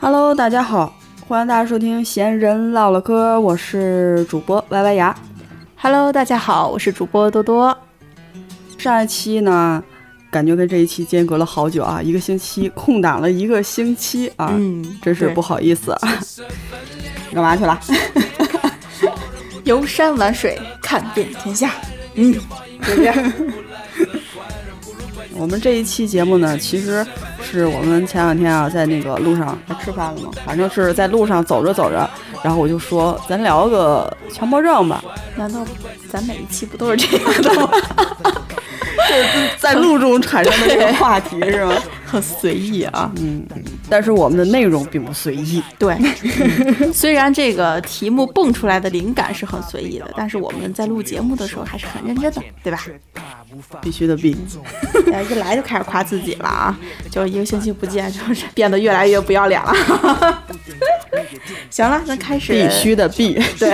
Hello，大家好，欢迎大家收听《闲人唠唠嗑》，我是主播歪歪牙。 Hello，大家好，我是主播多多。上一期呢，感觉跟这一期间隔了好久啊，一个星期空档了一个星期啊，嗯真是不好意思。啊 干嘛去了？游山玩水，看遍天下。我们这一期节目呢，其实是我们前两天啊，在那个路上还吃饭了吗？反正是在路上走着走着，然后我就说咱聊个强迫症吧，难道咱每一期不都是这样的吗？在路中产生的这个话题是吗？ 很随意啊。但是我们的内容并不随意。对， 虽然这个题目蹦出来的灵感是很随意的，但是我们在录节目的时候还是很认真的，对吧？必须的必。呃一来就开始夸自己了啊，就是一个星期不见，就是变得越来越不要脸了。 行了，那开始必须的必。 对，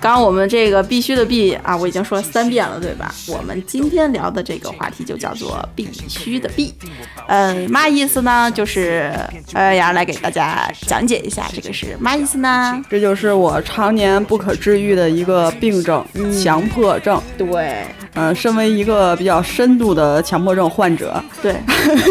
刚刚我们这个必须的必啊，我已经说了三遍了，对吧？我们今天聊的这个话题就叫做必须的必，呃，嘛意思呢？就是呃，然后来给大家讲解一下这个是嘛意思呢？这就是我常年不可治愈的一个病症——嗯强迫症。对，嗯、身为一个比较深度的强迫症患者，对，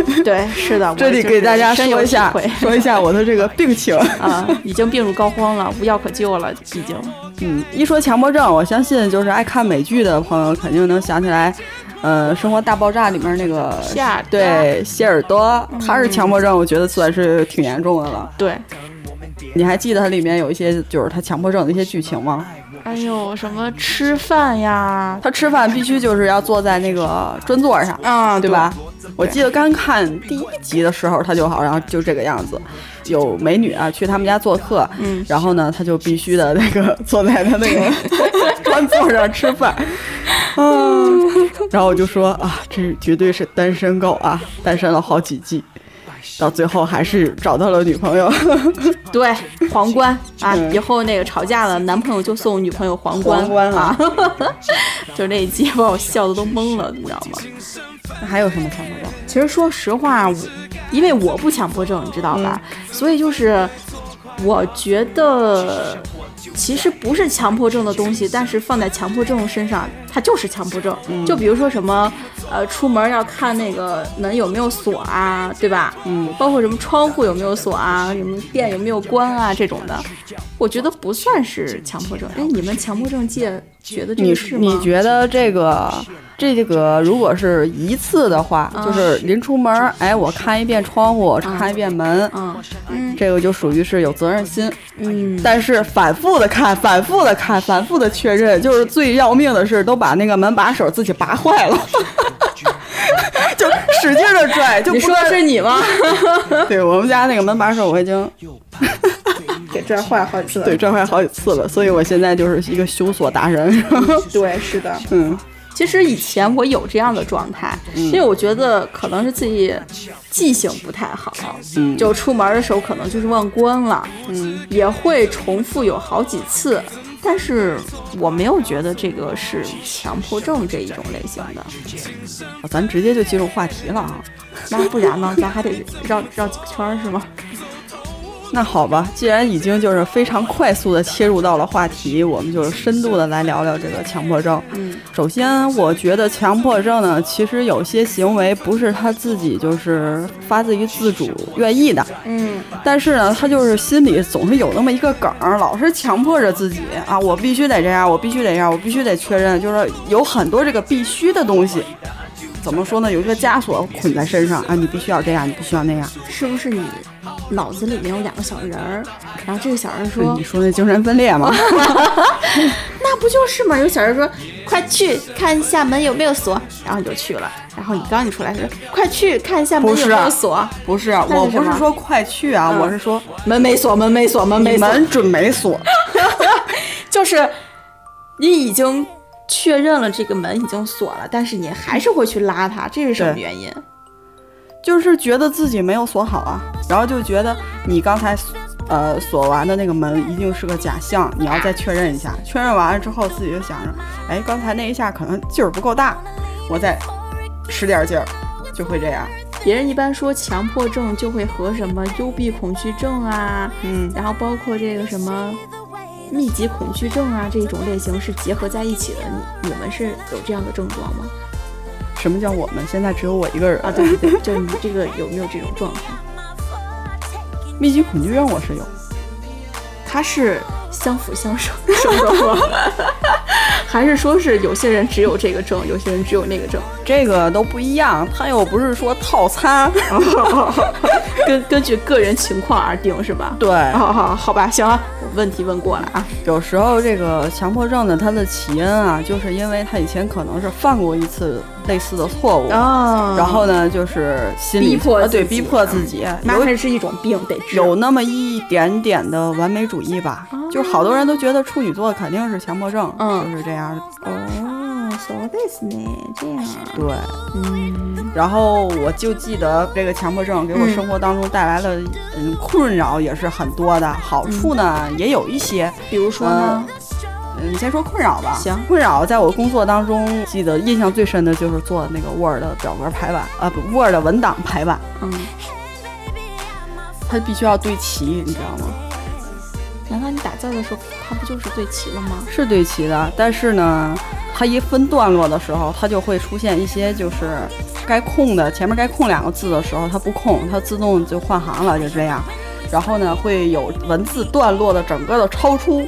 嗯对，是的，我这里就给是大家深有说一下体会，说一下我的这个病情。啊、 已经病入膏肓了，无药可救了，已经。嗯，一说强迫症，我相信就是爱看美剧的朋友肯定能想起来，呃，《生活大爆炸》里面那个希尔多嗯对谢尔多，他是强迫症，我觉得算是挺严重的了。对，你还记得它里面有一些就是他强迫症的一些剧情吗？哎呦，什么吃饭呀？他吃饭必须就是要坐在那个专座上，啊对吧？我记得刚看第一集的时候，他就好像就这个样子。有美女啊去他们家做客，嗯然后呢，他就必须的那个 坐在他那个专座上吃 饭，嗯，然后我就说啊，这绝对是单身狗啊，单身了好几季，到最后还是找到了女朋友，对，皇冠啊，嗯以后那个吵架了，男朋友就送女朋友皇冠， 皇冠啊，就那一集把我笑的都懵了，你知道吗？那还有什么强迫症？其实说实话，我因为我不强迫症，你知道吧？嗯所以就是我觉得其实不是强迫症的东西，但是放在强迫症身上，它就是强迫症。嗯就比如说什么，呃，出门要看那个门有没有锁啊，对吧？嗯，包括什么窗户有没有锁啊，什么店有没有关啊这种的，我觉得不算是强迫症。哎，你们强迫症界觉得这你个嗯是吗？你觉得这个这个如果是一次的话，嗯就是临出门儿，哎，我看一遍窗户，看一遍门，嗯嗯这个就属于是有责任心。嗯，但是反复的看，反复的看，反复的确认，就是最要命的是，都把那个门把手自己拔坏了。 就使劲的拽，就你不说的是你吗？对我们家那个门把手，我已经 给拽坏好几次了对拽坏好几次了，所以我现在就是一个修锁达人。 对，是的。嗯，其实以前我有这样的状态，因为我觉得可能是自己记性不太好，嗯就出门的时候可能就是忘关了，嗯，也会重复有好几次。但是我没有觉得这个是强迫症这一种类型的，咱直接就进入话题了啊。那不然呢？咱还得绕绕几个圈儿是吗？那好吧，既然已经就是非常快速的切入到了话题，我们就是深度的来聊聊这个强迫症。嗯首先，我觉得强迫症呢，其实有些行为不是他自己就是发自于自主愿意的，嗯，但是呢，他就是心里总是有那么一个梗儿，老是强迫着自己啊，我必须得这样，我必须得这样，我必须得确认，就是有很多这个必须的东西。怎么说呢？有一个枷锁捆在身上啊，你必须要这样，你必须要那样。是不是你脑子里面有两个小人儿，然后这个小人儿说你说那精神分裂吗？ 那不就是吗？有小人说，快去看一下门有没有锁，然后你就去了。然后你刚一出来说，快去看一下门有没有锁，不是，啊，那是我不什是么说快去啊，嗯我是说门没锁，门没锁，门你没锁，门准没锁。就是你已经确认了这个门已经锁了，但是你还是会去拉它，这是什么对原因？就是觉得自己没有锁好啊，然后就觉得你刚才呃锁完的那个门一定是个假象，你要再确认一下。嗯确认完了之后，自己就想着，哎，刚才那一下可能劲儿不够大，我再使点劲儿，就会这样。别人一般说强迫症就会和什么幽闭恐惧症啊，嗯，然后包括这个什么密集恐惧症啊这种类型是结合在一起的。你你们是有这样的症状吗？什么叫我们？现在只有我一个人啊，对对对，就是你这个有没有这种状态？密集恐惧症我是有，它是相辅相成， 是不是？还是说是有些人只有这个症，有些人只有那个症？这个都不一样，它又不是说套 餐。根根据个人情况而定是吧？对，好好好吧，行了，啊我问题问过了啊。有时候这个强迫症的它的起因啊，就是因为他以前可能是犯过一次类似的错误，哦然后呢就是心里逼迫啊对自己逼迫自己，那有还是一种病，得治。有那么一点点的完美主义吧，就是好多人都觉得处女座肯定是强迫症，嗯就是这样。哦，そうですね，这样。啊对，嗯，然后我就记得这个强迫症给我嗯生活当中带来了嗯困扰也是很多的，好处呢嗯也有一些。比如说呢？嗯，先说困扰吧。行困扰在我工作当中，记得印象最深的就是做那个 Word 的表格排版，啊不，Word 文档排版，嗯，它必须要对齐，你知道吗？难道你打字的时候，它不就是对齐了吗？是对齐的，但是呢，它一分段落的时候，它就会出现一些就是该空的，前面该空两个字的时候，它不空，它自动就换行了，就这样。然后呢，会有文字段落的整个的超出。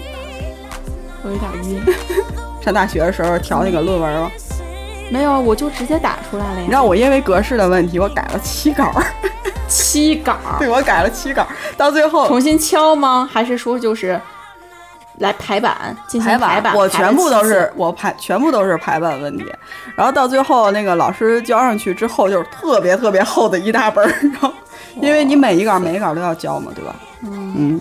我有点晕。上大学的时候调那个论文嘛，没有，我就直接打出来了呀。你知道我因为格式的问题，我改了七稿，七稿， 对我改了七稿，到最后重新敲吗？还是说就是来排版进行排版，版？我排了全部七都次是我排，全部都是排版问题。然后到最后那个老师交上去之后，就是特别特别厚的一大本儿， 然后因为你每一稿每一稿都要交嘛，对吧？嗯。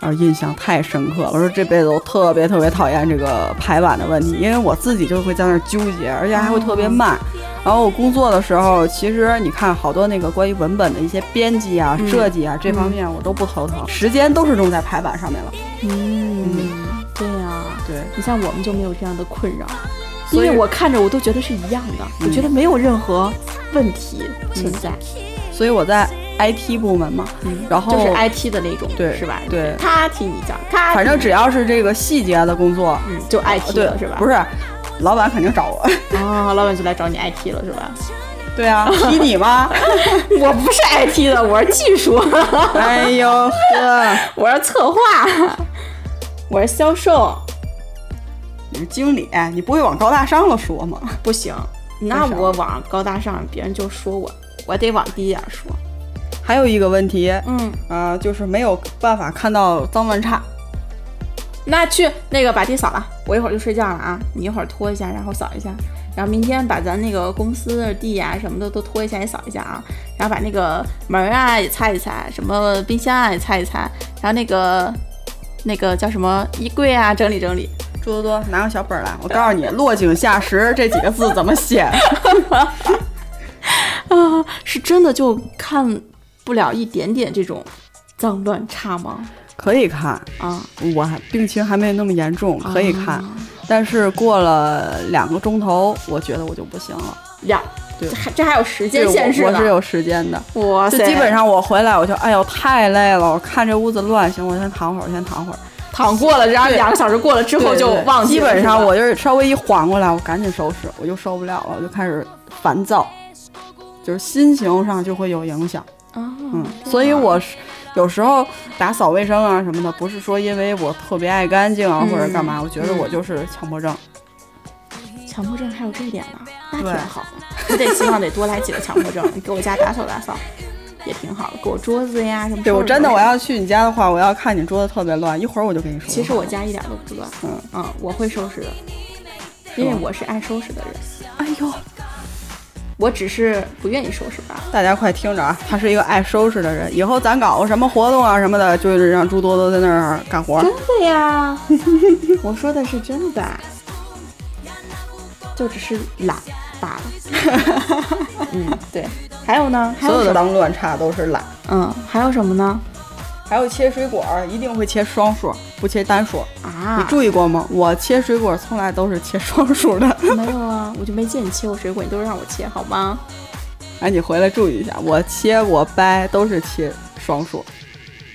然后印象太深刻了，我说这辈子我特别特别讨厌这个排版的问题，因为我自己就会在那儿纠结，而且还会哦特别慢。然后我工作的时候，其实你看好多那个关于文本的一些编辑啊、嗯设计啊这方面，我都不头疼，时间都是用在排版上面了。嗯，对呀。对，你像我们就没有这样的困扰，因所以嗯为我看着我都觉得是一样的，我觉得没有任何问题存在，嗯所以我在 IT 部门嘛，嗯然后就是 IT 的那种，对是吧？对他替你讲，他反正只要是这个细节的工作，嗯就 IT 对了，是吧？不是，老板肯定找 我。啊，老板就来找你 IT 了，是吧？ 对啊， 踢你吗？我不是 IT 的，我是技术， 哎呦呵，我是策划， 我是销售，你是经理，你不会往高大上了说吗？不行，那为啥我往高大上，别人就说我，我得往低点儿说。还有一个问题，嗯，啊、就是没有办法看到脏乱差。那去那个把地扫了，我一会儿就睡觉了啊，你一会儿拖一下，然后扫一下，然后明天把咱那个公司的地呀、什么的都拖一下也扫一下啊，然后把那个门儿啊也擦一擦，什么冰箱啊也擦一擦，然后那个那个叫什么衣柜啊整理整理，多多多，拿个小本儿来，我告诉 你，落井下石这几个字怎么写。啊，是真的就看不了一点点这种脏乱差吗？可以看，啊，我还病情还没有那么严重，可以看。但是过了两个钟头，我觉得我就不行了。两，对这还这还有时对间限制我，呢，我是有时间的。哇就塞，基本上我回来我就哎呦太累了，我看这屋子乱，行，我先躺会儿，我先躺会儿。 躺过了，然后对两个小时过了之后就对对对忘记基了，本是吧上我就是稍微一缓过来，我赶紧收拾，我就受不了了，我就开始烦躁，就是心情上就会有影响。啊，嗯，所以我是有时候打扫卫生啊什么的，不是说因为我特别爱干净啊、嗯或者干嘛，我觉得嗯我就是强迫症。强迫症还有这一点呢，那对挺好的。我得希望得多来几个强迫症，你给我家打扫打扫，也挺好的。给我桌子呀什么。对我真的我收拾收拾。要去你家的话，我要看你桌子特别乱，一会儿我就给你收拾好。其实我家一点都不乱，嗯嗯，我会收拾的，因为我是爱收拾的人，哎呦，我只是不愿意收拾吧。大家快听着啊，他是一个爱收拾的人。以后咱搞个什么活动啊什么的，就是让猪多多在那儿干活。真的呀， 我说的是真的，就只是懒罢了。嗯，对。还有呢？还所有有的什么？脏乱差都是懒。嗯，还有什么呢？还有切水果，一定会切双数，不切单数。啊，你注意过吗？我切水果从来都是切双数的。 没有啊，我就没见你切过水果，你都是让我切好吗？哎，你回来注意一下，我切我掰都是切双数，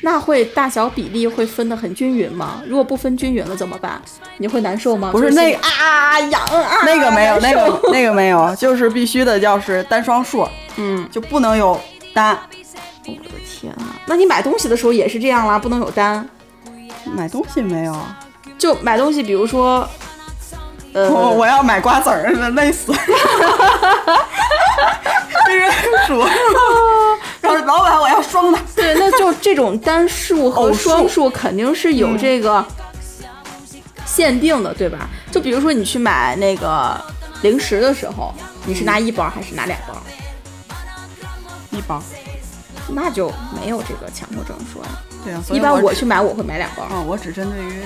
那会大小比例会分得很均匀吗？如果不分均匀了怎么办？你会难受吗？不是就那个啊啊痒 啊，那个没有，那难受个那个没有，就是必须的，要是单双数嗯，就不能有单。我的天啊！那你买东西的时候也是这样啦，不能有单。买东西没有？就买东西，比如说，呃，我我要买瓜子儿，累死了。这人数，然后老板我要双的， 对，那就这种单数和偶数嗯双数肯定是有这个限定的，对吧？就比如说你去买那个零食的时候，你嗯是拿一包还是拿两包，一包。那就没有这个强迫症说呀。对啊，所以一般我我只去买，我会买两包啊，我只针对于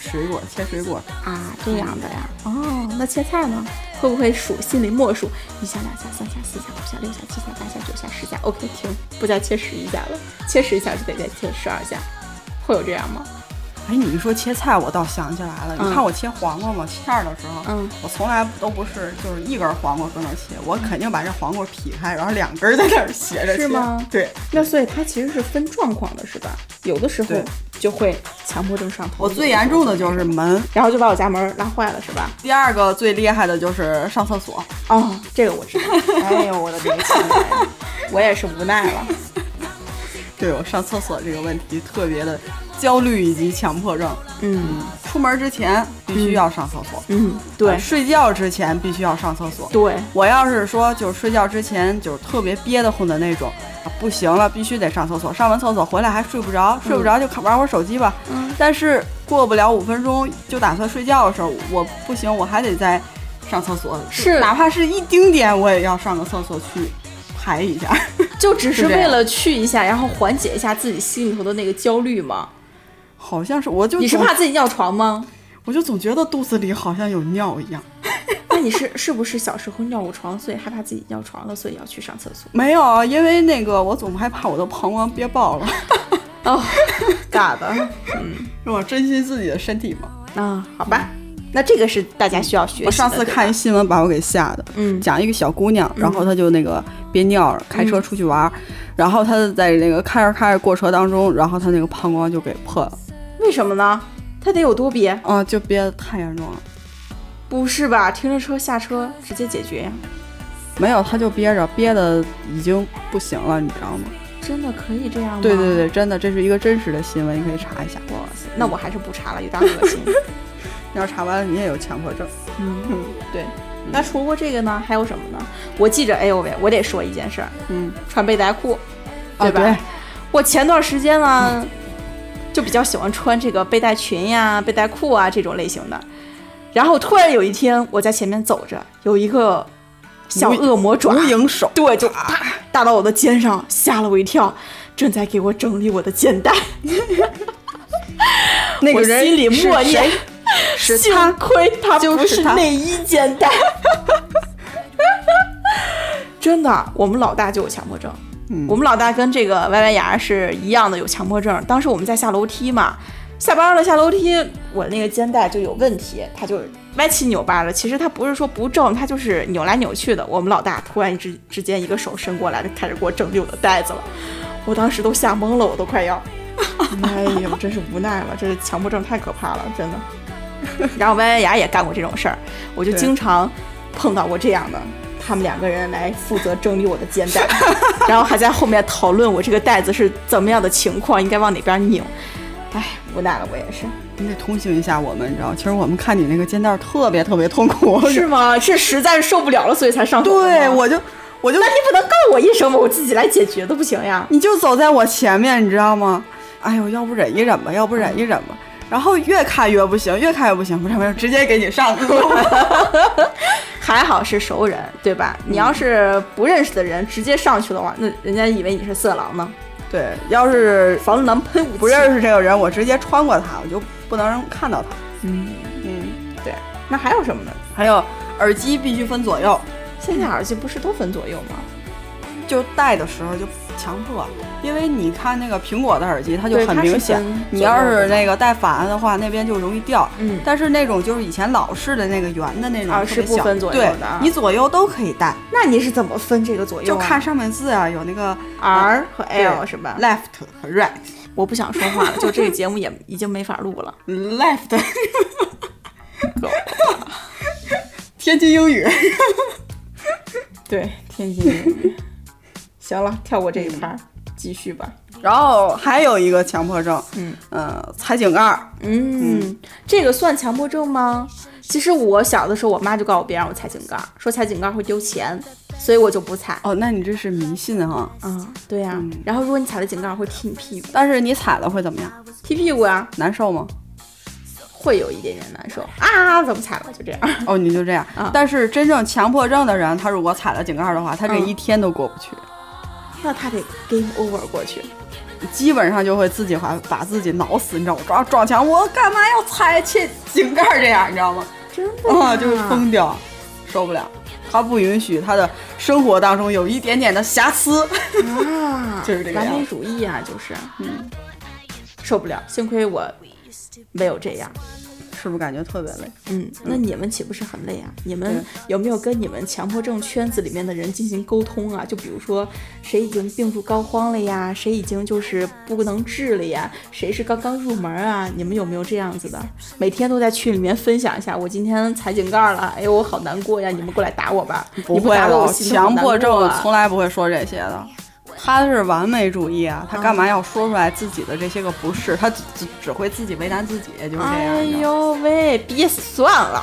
水果切水果，啊，这样的呀。哦，那切菜呢？会不会数心里默数一下、两下、三下、四下、五下、六下、七下、八下、九下、十下？OK，停，不再切十一下了，切十一下就得再切十二下，会有这样吗？哎，你一说切菜，我倒想起来了。嗯你看我切黄瓜嘛，切片儿的时候，嗯我从来都不是就是一根黄瓜搁那儿切，我肯定把这黄瓜劈开，然后两根儿在那儿斜着切。是吗对，那所以它其实是分状况的，是吧？有的时候对就会强迫症上头，我最严重的就是门，然后就把我家门儿拉坏了，是吧？第二个最厉害的就是上厕所。哦，这个我知道。 哎呦，我的天呀，我也是无奈了。对我上厕所这个问题特别的焦虑以及强迫症。嗯出门之前必须要上厕所，嗯，对呃睡觉之前必须要上厕所。对，我要是说就是睡觉之前就是特别憋得慌的那种，啊不行了，必须得上厕所。上完厕所回来还睡不着，睡不着就看玩会儿手机吧。嗯但是过不了五分钟就打算睡觉的时候，我不行，我还得再上厕所，是哪怕是一丁点，我也要上个厕所去排一下。 就只是是这样为了去一下，然后缓解一下自己心里头的那个焦虑嘛。好像是，我就你是总怕自己尿床吗？我就总觉得肚子里好像有尿一样。那你是是不是小时候尿过床，所以害怕自己尿床了，所以要去上厕所？没有啊，因为那个我总害怕我的膀胱憋爆了。 哦， 尬的。是我珍惜自己的身体嘛。 啊，好吧，那这个是大家需要学习的。我上次对吧看一新闻把我给吓的，嗯讲一个小姑娘，然后她就那个憋尿了，开车出去玩儿，然后她在那个开着开着过车当中，然后她那个膀胱就给破了，为什么呢？他得有多憋？啊，就憋得太严重了。不是吧？停着车下车直接解决呀？没有，她就憋着，憋的已经不行了，你知道吗？真的可以这样吗？对对。对，真的，这是一个真实的新闻，你可以查一下。哇塞，那我还是不查了，有点 恶心。要查完了，你也有强迫症。嗯，对。那除过这个呢，还有什么呢？我记着，哎呦喂，我得说一件事儿，嗯，穿背带裤，啊吧？我前段时间呢，就比较喜欢穿这个背带裙呀、背带裤啊这种类型的。然后突然有一天，我在前面走着，有一个小无影恶魔爪，无影手，对，就啪打到我的肩上，吓了我一跳，正在给我整理我的肩带，那个我人心里默是念谁，是幸他亏他就不是是他内衣肩 带。真的，我们老大就有强迫症。嗯我们老大跟这个歪歪牙是一样的，有强迫症。当时我们在下楼梯嘛，下班了下楼梯，我那个肩带就有问题，他就歪七扭八的。其实他不是说不正，他就是扭来扭去的。我们老大突然之之间一个手伸过来，就开始给我整理我的带子了。我当时都吓懵了，我都快要，哎呀，真是无奈了，这强迫症太可怕了，真的。 然后歪歪牙也干过这种事儿，我就对经常碰到过这样的，他们两个人来负责整理我的肩带， 然后还在后面讨论我这个带子是怎么样的情况，应该往哪边拧。哎，无奈了，我也是。你得同情一下我们，你知道？其实我们看你那个肩带儿特别特别痛苦，是吗？是实在是受不了了，所以才上手的吗对，我就我就那你不能告我一声吗？我自己来解决都不行呀。你就走在我前面，你知道吗？哎呦，要不忍一忍吧，要不忍一忍吧。嗯然后越看越不行，越看越不行，不是没有，直接给你 上了。还好是熟人，对吧？嗯你要是不认识的人直接上去的话，那人家以为你是色狼呢。对，要是防狼喷雾不认识这个人，我直接穿过他，我就不能让看到他。嗯，嗯，对。那还有什么呢？还有耳机必须分左右，现在耳机不是都分左右吗？就戴的时候就强迫，因为你看那个苹果的耳机，它就对很它是明显分，你左右要是的那个戴反了的话，那边就容易掉。嗯但是那种就是以前老式的那个圆的那种，耳特别饰不小啊分左右对的啊你左右都可以戴，那你是怎么分这个左右就啊、看上面字啊，有那个 R 和 L 对哎是吧？ left 和 right，left 我不想说话 了，就这个节目也已经没法录了。嗯 天津英语。对，天津人。行了，跳过这一趴，继续吧。然后还有一个强迫症，嗯呃，踩井盖儿，嗯，这个算强迫症吗？其实我小的时候，我妈就告诉我别让我踩井盖儿，说踩井盖儿会丢钱，所以我就不踩。哦，那你这是迷信哈。嗯，对呀、然后如果你踩了井盖儿，会踢你屁股，但是你踩了会怎么样？踢屁股啊，难受吗？会有一点点难受啊，怎么踩了？就这样。哦，你就这样。啊但是真正强迫症的人，他如果踩了井盖儿的话，他这嗯一天都过不去，那他得 game over 过去。基本上就会自己还把自己挠死。你知道我撞撞墙，我干嘛要踩去井盖儿这样？你知道吗？真的啊、就是嗯疯掉，受不了。他不允许他的生活当中有一点点的瑕疵。 啊，就是这个完样美子主义啊，就是，嗯，受不了。幸亏我没有这样。是不是感觉特别累？嗯，那你们岂不是很累啊？你们对有没有跟你们强迫症圈子里面的人进行沟通啊？就比如说，谁已经病入膏肓了呀？谁已经就是不能治了呀？谁是刚刚入门啊？你们有没有这样子的？每天都在群里面分享一下，我今天踩井盖了，哎呦，我好难过呀！你们过来打我吧，你会打了，我，我心里好强难迫过症啊从来不会说这些的。他是完美主义啊，嗯他干嘛要说出来自己的这些个不是？他只只只会自己为难自己，就是这样。哎你知道吗，呦喂，憋死算了。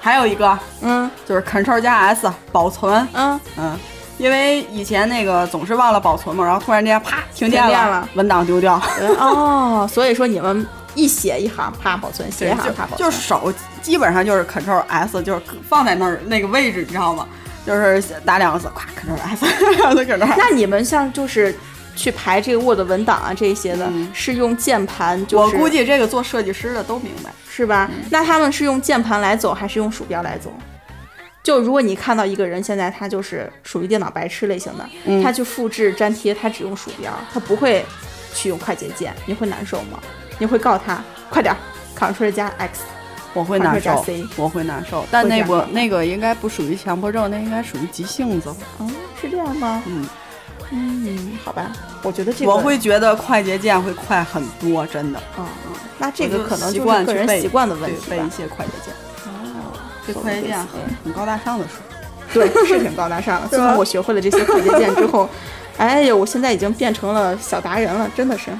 还有一个嗯就是 Ctrl 加 S 保存， 嗯，嗯，因为以前那个总是忘了保存嘛，然后突然之间啪停电停电了文档丢掉， 哦，所以说你们一写一行，啪保存，写一行啪保 存，就就是手基本上就是 Ctrl S，就是放在那儿那个位置，你知道吗？就是打两个字，咵 Ctrl S，然后 就 Ctrl 那你们像就是去排这个 Word 文档啊这些的，是用键盘、就是？嗯我估计嗯这个做设计师的都明白。是吧？那他们是用键盘来走，还是用鼠标来走？就如果你看到一个人现在他就是属于电脑白痴类型的，嗯他去复制粘贴，他只用鼠标，他不会去用快捷键，你会难受吗？你会告他快点儿，Ctrl 加 X。我会难或受者加 C，我会难受，但那会这个那个应该不属于强迫症，那应该属于急性子。哦，是这样吗？嗯嗯，好吧，我觉得这个我会觉得快捷键会快很多，真的。嗯，嗯那这个我就可能习就惯是个去人背习惯的问对题背一吧。些快捷键，哦这快捷键很很高大上的说。对，是挺高大上 的。自从我学会了这些快捷键之后，哎呦，我现在已经变成了小达人了，真的是。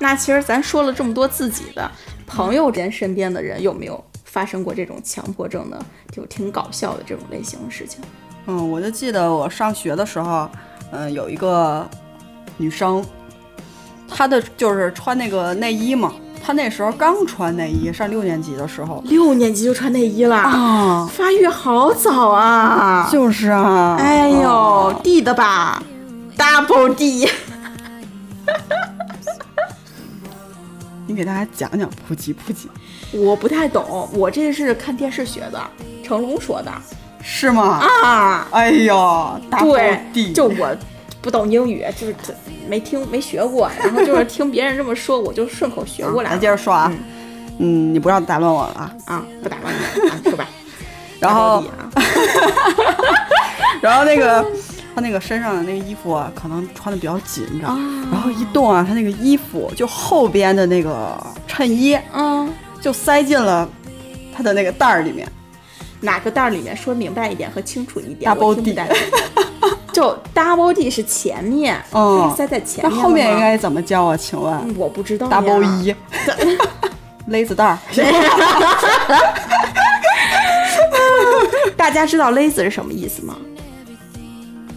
那其实咱说了这么多自己的朋友间身边的人有没有发生过这种强迫症的，就挺搞笑的这种类型的事情？嗯，我就记得我上学的时候，嗯、有一个女生，她的就是穿那个内衣嘛，她那时候刚穿内衣，上六年级的时候六年级就穿内衣了，啊，发育好早啊！就是啊，哎啊呦，D 的吧，Double D。你给大家讲讲，普及普及，我不太懂，我这是看电视学的，成龙说的是吗？啊。哎呦，大包对，地就我不懂英语，就是这没听没学过，然后就是听别人这么说，我就顺口学过来咱了。接着说啊，嗯，你不要打乱我了啊。啊，不打 断你，啊说吧。然后打断你啊然后那个他那个身上的那个衣服啊，可能穿的比较紧，你知道吗，然后一动啊，他那个衣服就后边的那个衬衣嗯，就塞进了他的那个袋儿里面，哪个袋儿里面说明白一点和清楚一点 Double 我听不 D 太懂就 double D 是前面，嗯它是塞在前那面了吗，后面应该怎么叫啊？请问、嗯我不知道呀 d o u b l e 一勒子带儿， 大家知道 lazy 是什么意思吗？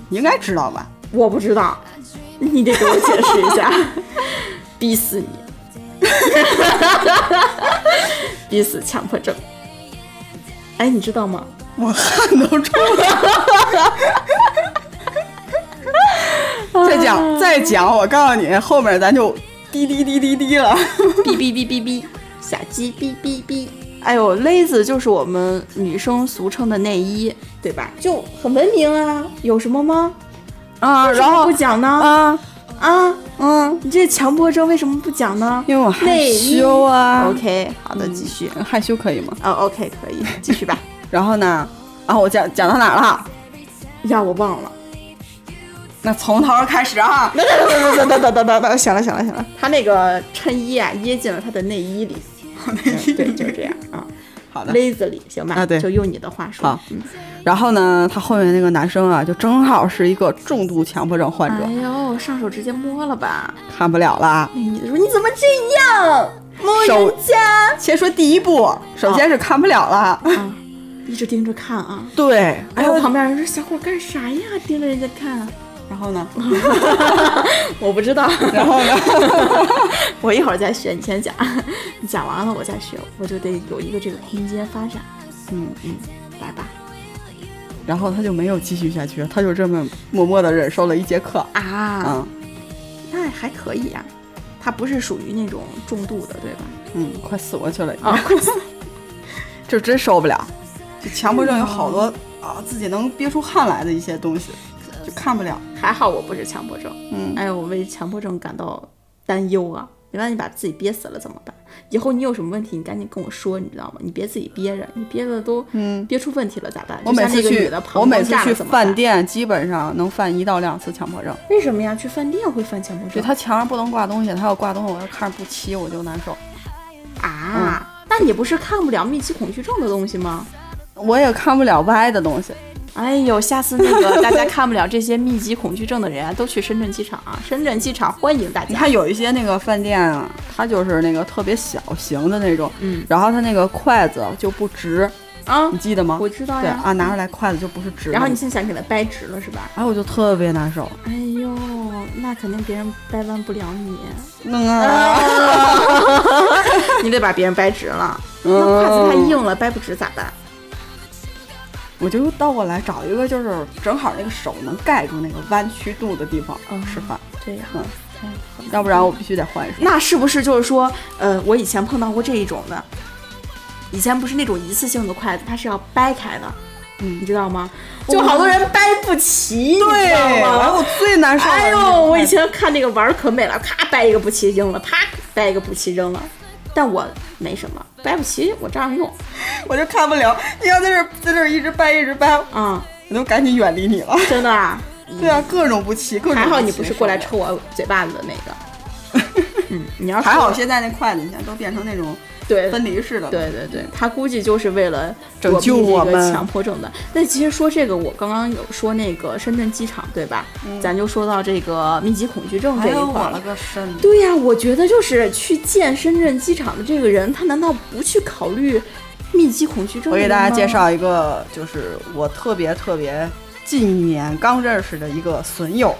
你应该知道吧？我不知道，你得给我解释一下， 逼死你， 逼死强迫症。哎，你知道吗？我汗都出来啊了。再讲再讲，我告诉你，后面咱就滴滴滴滴滴了。哔哔哔哔哔，小鸡哔哔哔。哎呦，lazy 就是我们女生俗称的内衣，对吧？就很文明啊，有什么吗？啊，为什 然么后不讲呢？啊，啊，嗯，你这强迫症为什么不讲呢？因为我害内衣羞啊。 OK，好的，继续。害羞可以吗？哦，OK，可以，继续吧。然后呢？啊，我讲讲到哪儿了？ 呀，我忘了。那从头开始啊。等等等等等等，想了想了想了，他那个衬衣啊，掖进了他的内衣里。 对，就是这样啊，好的。勒子里行吧？啊对就用你的话说。好嗯然后呢，他后面那个男生啊，就正好是一个重度强迫症患者，哎呦，上手直接摸了吧？看不了了。那女的说：“你怎么这样摸手人家先说第一步，首先是看不了了。？”啊，一直盯着看啊。对，哎，然后我旁边人说：“小伙干啥呀？盯着人家看。然后呢？” 我不知道。然后呢？ 我一会儿再学，你先讲， 你讲完了我再学，我就得有一个这个空间发展。嗯嗯。来吧。然后他就没有继续下去，他就这么默默的忍受了一节课。啊，嗯那还可以啊，它不是属于那种重度的，对吧？嗯，快死过去了，啊， 就真受不了。就强迫症有好多啊，自己能憋出汗来的一些东西，就看不了。还好我不是强迫症，嗯，哎呦，我为强迫症感到担忧啊！你万一把自己憋死了怎么办？以后你有什么问题，你赶紧跟我说，你知道吗？你别自己憋着，你憋着都嗯憋出问题了咋办？我每次就像那个女去的，膀我胱每次炸去了怎么饭办，店，基本上能犯一到两次强迫症。为什么呀？去饭店会犯强迫就症？啊他墙上不能挂东西，他要挂东西，我要看着不齐，我就难受。啊，那你不是看不了密集恐惧症的东西吗？我也看不了歪的东西。哎呦，下次那个大家看不了这些密集恐惧症的人啊，都去深圳机场啊！深圳机场欢迎大你家。看有一些那个饭店啊，它就是那个特别小型的那种，嗯然后它那个筷子就不直，啊你，记得吗？我知道对呀。啊，拿出来筷子就不是直的。然后你现在想给它掰直了是吧？哎，我就特别难受。哎呦，那肯定别人掰弯不了你，嗯啊， 你得把别人掰直了。嗯那筷子太硬了，掰不直咋办？我就倒过来找一个，就是正好那个手能盖住那个弯曲度的地方嗯吃饭，这样嗯要不然我必须得换一双。那是不是就是说，呃，我以前碰到过这一种的，以前不是那种一次性的筷子，它是要掰开的，嗯你知道吗？就好多人掰不齐，你知对，道吗？我最难受了。哎呦，那个我以筷子前看那个玩儿可美了，咔掰一个不齐扔了，啪掰一个不齐扔了，但我没什么，掰不齐我照样用我就看不了，你要在这儿在这儿一直掰一直掰，啊、我就赶紧远离你了。真的啊。 对啊，各种不齐，各种还好你齐不是过来受抽我嘴巴子的那个。 嗯，你要不是了还好现在那筷子，你看都变成那种对分离式的了。对对对，他估计就是为了拯躲避救这我个们强迫症的。但其实说这个，我刚刚有说那个深圳机场，对吧？咱就说到这个密集恐惧症嗯这哎一呦，块我儿了。个身！对呀、我觉得就是去见深圳机场的这个人，他难道不去考虑密集恐惧症？我给大家介，绍一个，就是我特别特别近一年刚认识的一个损友，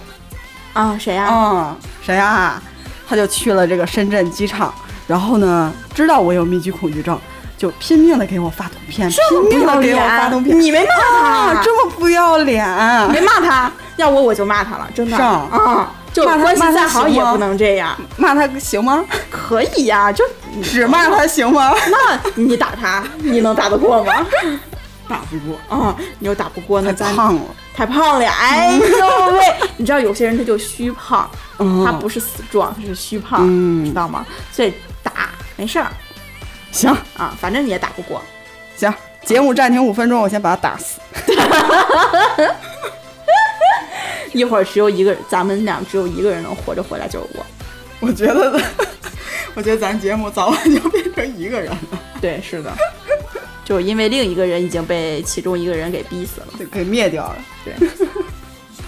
啊，谁呀、嗯，谁啊？他就去了这个深圳机场，然后呢，知道我有密集恐惧症，就拼命的给我发图片，这么拼不命要的给我发图脸，片，你没骂他、啊，这么不要脸！ 没骂他，要我我就骂他了，真的。是啊啊，就骂他关系骂他再好行也吗不能这样，骂他行吗？可以呀、就只骂他行吗？那你打他， 你能打得过吗？ 打不过，啊，你又打不过，那太咱胖了。太胖了呀，哎呦 喂！你知道有些人他就虚胖，嗯他不是死壮，他是虚胖，嗯知道吗？所以打没事儿行啊，反正你也打不过。行，节目暂停五分钟，我先把他打死。 一会儿只有一个人，咱们俩只有一个人能活着回来，就是我。我觉得， 我觉得咱节目早晚就变成一个人了，对，是的，就是因为另一个人已经被其中一个人给逼死了。就给灭掉了。对，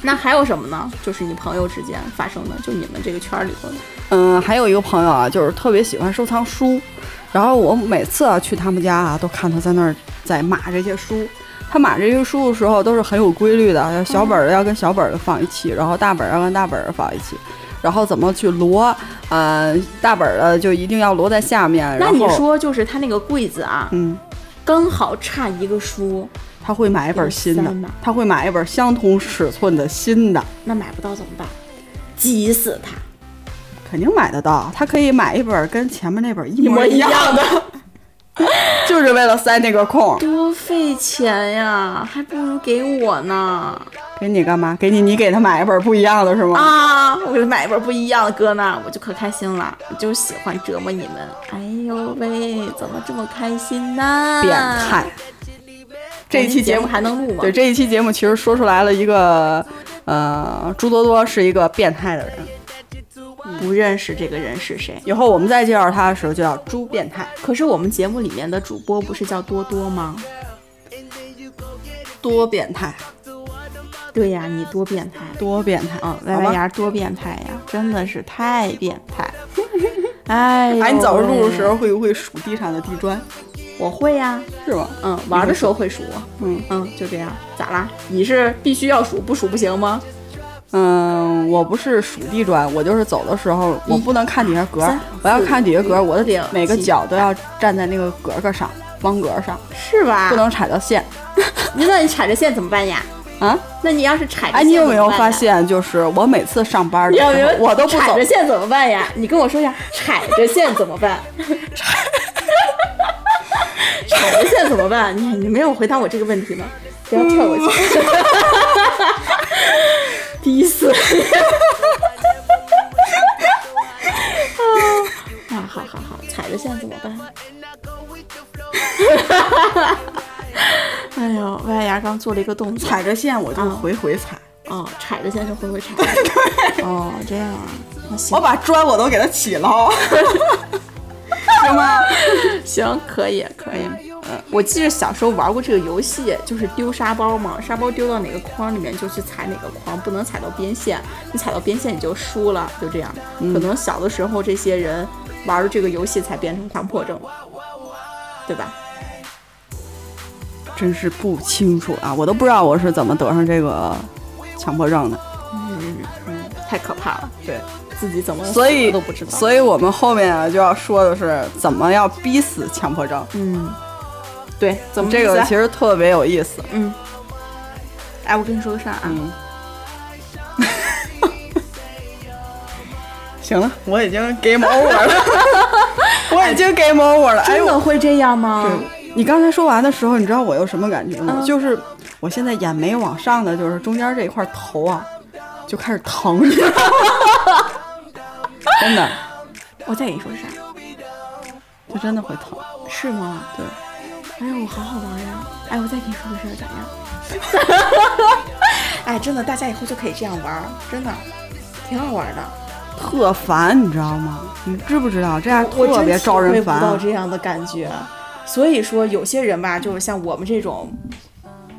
那还有什么呢？就是你朋友之间发生的，就你们这个圈儿里头的。嗯，还有一个朋友啊，就是特别喜欢收藏书，然后我每次啊去他们家啊，都看他在那儿在码这些书。他码这些书的时候都是很有规律的，小本儿的要跟小本儿的放一起，然后大本儿要跟大本儿的放一起，然后怎么去摞，呃，大本儿的就一定要摞在下面。那然你后，说，就是他那个柜子啊，嗯，刚好差一个书，他会买一本新有的三呢，他会买一本相同尺寸的新的，那买不到怎么办？急死他！肯定买得到。他可以买一本跟前面那本一模一样，样 的， 就是为了塞那个空，多费钱呀，还不如给我呢。给你干嘛？给你，你给他买一本不一样的是吗？啊，我给他买一本不一样的搁那儿，我就可开心了，我就喜欢折磨你们。哎呦喂，怎么这么开心呢？变态！这一期节节目还能录吗？对，这一期节目其实说出来了一个，呃，朱多多是一个变态的人。不认识这个人是谁。以后我们再介绍他的时候，就叫朱变态。可是我们节目里面的主播不是叫多多吗？多变态，对呀，你多变态！多变态嗯啊！歪好歪吧牙多变态呀，真的是太变态。 哎呦，哎，你早上录的时候，会不会数地上的地砖？我会呀，是吗？嗯，玩的时候会数，嗯嗯，就这样，咋啦？你是必须要数，不数不行吗？嗯，我不是数地砖，我就是走的时候，我不能看底下格三儿，我要看底下格儿，四我六的每个七脚都要站在那个格格上，方格上，是吧？不能踩到线你 那你踩着线怎么办呀？啊！那你要是踩着哎，线，你有没有发？现，就是我每次上班的你时有没有？候，我都不踩走着，线怎么办呀？你跟我说一下，踩着线怎 么办？踩着线怎么办？你你没有回答我这个问题呢，不要跳过去。 第一次。 啊，好好好，踩着线怎么办？ 哎呦，歪歪牙刚做了一个动作，踩着线我就嗯回回 踩，哦，踩着先是回回踩。哦，这样啊，那行我把砖我都给它起捞， 行吗？行，可以可以。嗯，我记得小时候玩过这个游戏，就是丢沙包嘛，沙包丢到哪个框里面就去踩哪个框，不能踩到边线，你踩到边线你就输了，就这样。嗯可能小的时候这些人玩儿这个游戏才变成强迫症，对吧？真是不清楚啊，我都不知道我是怎么得上这个强迫症的。嗯太可怕了，对，自己怎么嗯所以死都不知道。以，所以我们后面啊就要说的是怎么要逼死强迫症，嗯，对，怎么啊这个意思其实特别有意思。嗯，哎，我跟你说个事儿啊，嗯， 行了，我已经 game over 了， 我已经 game over 了。哎呦，真的会这样吗？你刚才说完的时候，你知道我有什么感觉吗？嗯就是我现在眼眉往上的，就是中间这一块头啊，就开始疼， 你知道吗？真的，我再给你说啥？就真的会疼。是吗？对，哎呦，我好好玩呀！哎，我再给你说个事儿，咋样？ 哎，真的，大家以后就可以这样玩儿，真的，挺好玩的。特烦，你知道吗？你知不知道这样我特别招人烦啊到这样的感觉。所以说，有些人吧，就是像我们这种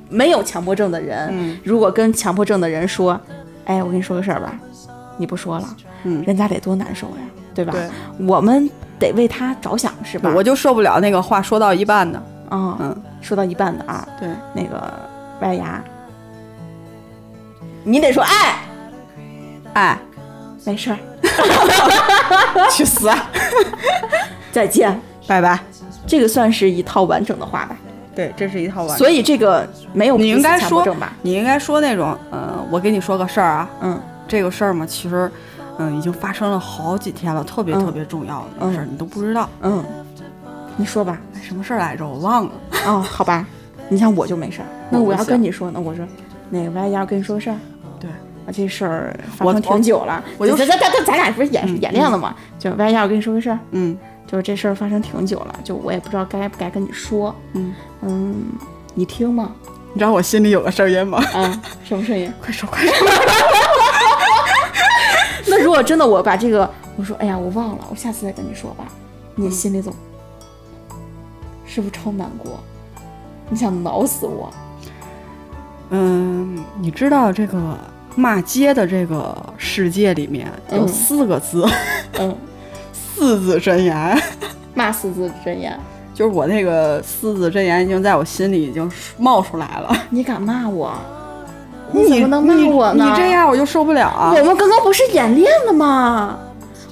没有强迫症的人，嗯如果跟强迫症的人说，哎，我跟你说个事儿吧，你不说了，嗯人家得多难受呀，对吧？对我们得为他着想，是吧？我就受不了那个话说到一半的，啊、嗯，说到一半的啊，对，那个歪牙，你得说哎，哎，没事儿，去死，啊再见。拜拜。这个算是一套完整的话吧，对，这是一套完。所以这个没有你应该彼此强说迫症吧？，你应该说那种，呃，我跟你说个事儿啊，嗯，这个事儿嘛，其实，嗯、已经发生了好几天了，特别嗯特别重要的那个事儿，你都不知道，嗯，你说吧。哎什么事儿来着？我忘了。哦，好吧。你像我就没事儿，那我不我要行跟你说呢，我说那个歪要跟你说个事儿。对，啊，这事儿发我生我挺久了，我就咱咱咱咱俩不是演、演练了吗？就歪要跟你说个事儿，嗯就是这事儿发生挺久了，就我也不知道该不该跟你说。嗯，嗯，你听吗？你知道我心里有个声音吗？啊，什么声音？快说快说！ 那如果真的我把这个，我说哎呀，我忘了，我下次再跟你说吧，你心里怎么？是不是超难过？你想挠死我？ 嗯，你知道这个骂街的这个世界里面有嗯四个字， 嗯，四字真言。骂四字真言，就是我那个四字真言已经在我心里已经冒出来了。你敢骂我？你怎么能骂你我呢？你这，样我就受不了啊！我们刚刚不是演练了吗？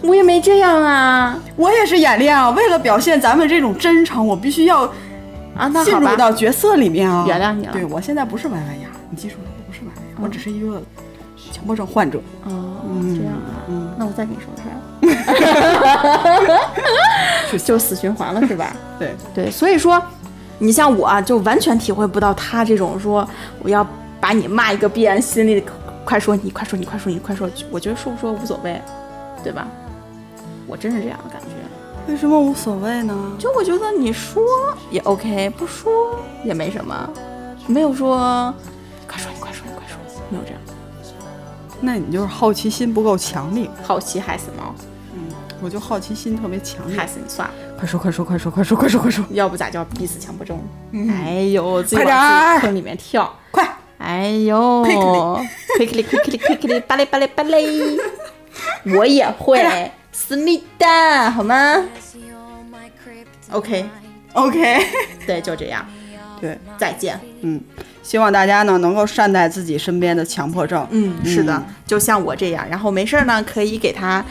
我也没这样啊我也是演练啊，为了表现咱们这种真诚，我必须要啊，那进好入吧，到角色里面啊。嗯原谅你了对我现在不是歪歪牙，你记住了，我不是歪歪牙，我只是一个强迫症患者。哦，嗯这样啊，那我再跟你说 个事儿，就就死循环了是吧？对，对，所以说，你像我啊，就完全体会不到他这种说我要把你骂一个遍，心里快说你快说你快说你快说，我觉得说不说无所谓，对吧？我真是这样的感觉，为什么无所谓呢？就我觉得你说也 OK，不说也没什么，没有说快说你快说你快说，没有这样的。那你就是好奇心不够强烈。好奇害死猫，我就好奇心特别强害烈。死你算了，快说快说快说快说快说快说！要不咋叫逼死强迫症？哎呦，自己嗯快点往儿坑里面跳。快，哎呦 quickly quickly quickly 巴雷巴雷巴 雷，我也会，思密达好吗 OK， OK，对，就这样，对，再见。嗯，希望大家呢能够善待自己身边的强迫症。嗯，是的，就像我这样，然后没事儿呢，可以给他。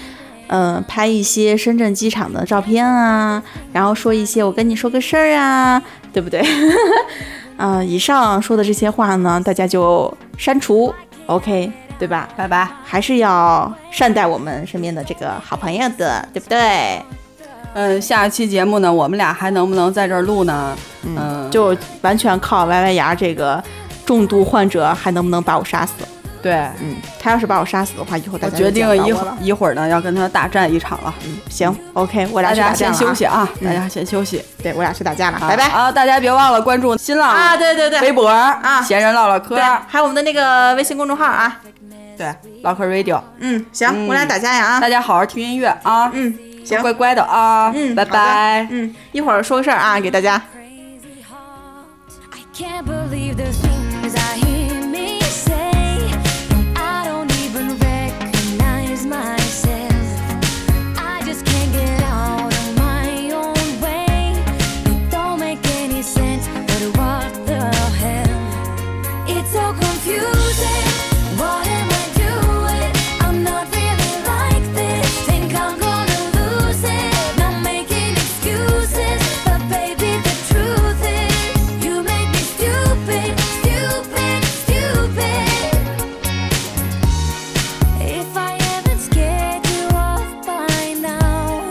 嗯，拍一些深圳机场的照片啊，然后说一些我跟你说个事儿啊，对不对？ 嗯、以上说的这些话呢，大家就删除，OK，对吧？拜拜。还是要善待我们身边的这个好朋友的，对不对？嗯，下期节目呢，我们俩还能不能在这儿录呢？嗯，就完全靠歪歪牙这个重度患者还能不能把我杀死？对。嗯，他要是把我杀死的话，以后大我家决就见定不到一我会了。一会儿呢，要跟他大战一场了。行，OK，我俩大去家打架先了啊休息啊，嗯大家先休息，对我俩去打架了，啊拜拜啊！大家别忘了关注新浪啊！对对微对，博啊闲人唠唠嗑对，，还有我们的那个微信公众号啊。对，唠嗑 radio。嗯，行，嗯我俩打架呀啊大！家好好听音乐啊，嗯，行，乖乖的啊，嗯，拜好的拜。嗯，一会儿说个事儿啊，给大家。 crazy heart. I can't believe the things I hear me say. I don't even recognize myself. I just can't get out of my own way. It don't make any sense, but what the hell? It's so confusing. What am I doing? I'm not really like this. Think I'm gonna lose it. Not making excuses, but baby, the truth is, you make me stupid, stupid, stupid. If I haven't scared you off by now,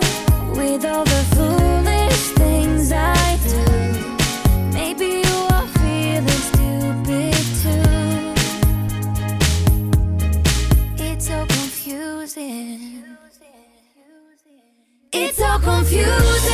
with all the foolish things I do, maybe you are feeling stupid too. It's so confusing. It's so confusing.